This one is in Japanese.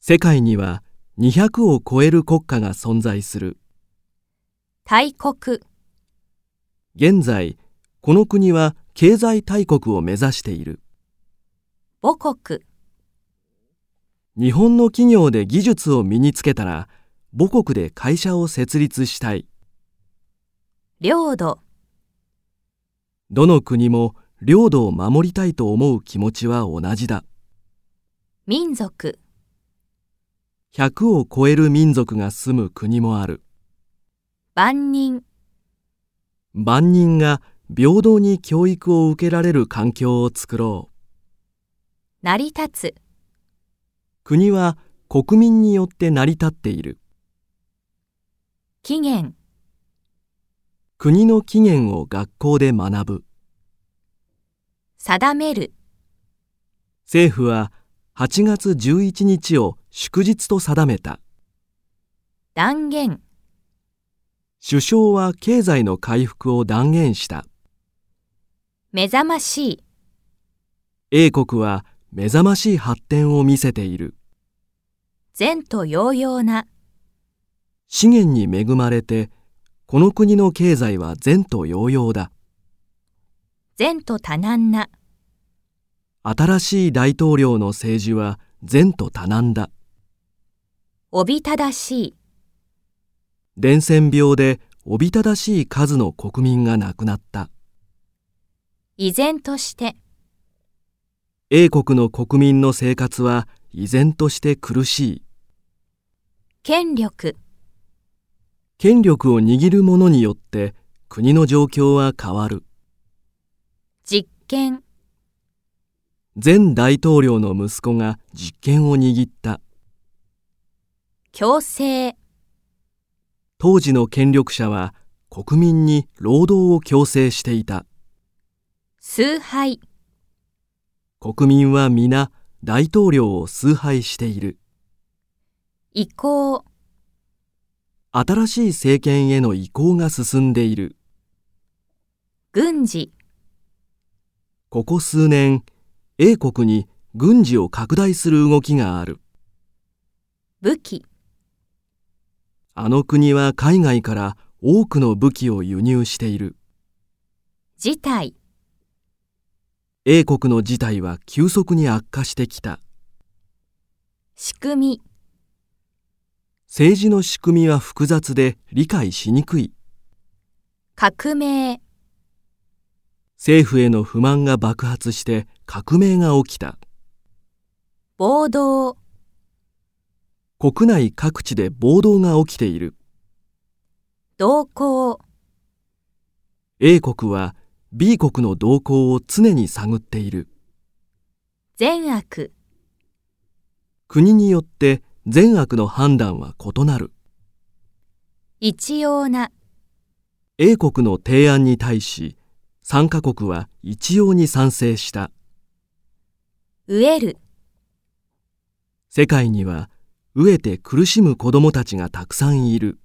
世界には200を超える国家が存在する大国、現在この国は経済大国を目指している母国、日本の企業で技術を身につけたら母国で会社を設立したい領土、どの国も領土を守りたいと思う気持ちは同じだ民族、 100を超える民族が住む国もある万人、万人が平等に教育を受けられる環境を作ろう成り立つ、国は国民によって成り立っている起源、国の起源を学校で学ぶ定める、政府は8月11日を祝日と定めた断言、首相は経済の回復を断言した目覚ましい、英国は目覚ましい発展を見せている善と揚々な、資源に恵まれてこの国の経済は前途洋々だ善と多難な、新しい大統領の政治は前途多難だおびただしい、伝染病でおびただしい数の国民が亡くなった依然として、英国の国民の生活は依然として苦しい権力、権力を握る者によって国の状況は変わる実験、前大統領の息子が実権を握った強制、当時の権力者は国民に労働を強制していた崇拝、国民は皆大統領を崇拝している移行、新しい政権への移行が進んでいる軍事、ここ数年英国に軍事を拡大する動きがある武器、あの国は海外から多くの武器を輸入している事態、英国の事態は急速に悪化してきた仕組み、政治の仕組みは複雑で理解しにくい革命、政府への不満が爆発して革命が起きた暴動、国内各地で暴動が起きている動向、英国は B 国の動向を常に探っている善悪、国によって善悪の判断は異なる一様な、英国の提案に対し参加国は一様に賛成した飢える、世界には飢えて苦しむ子どもたちがたくさんいる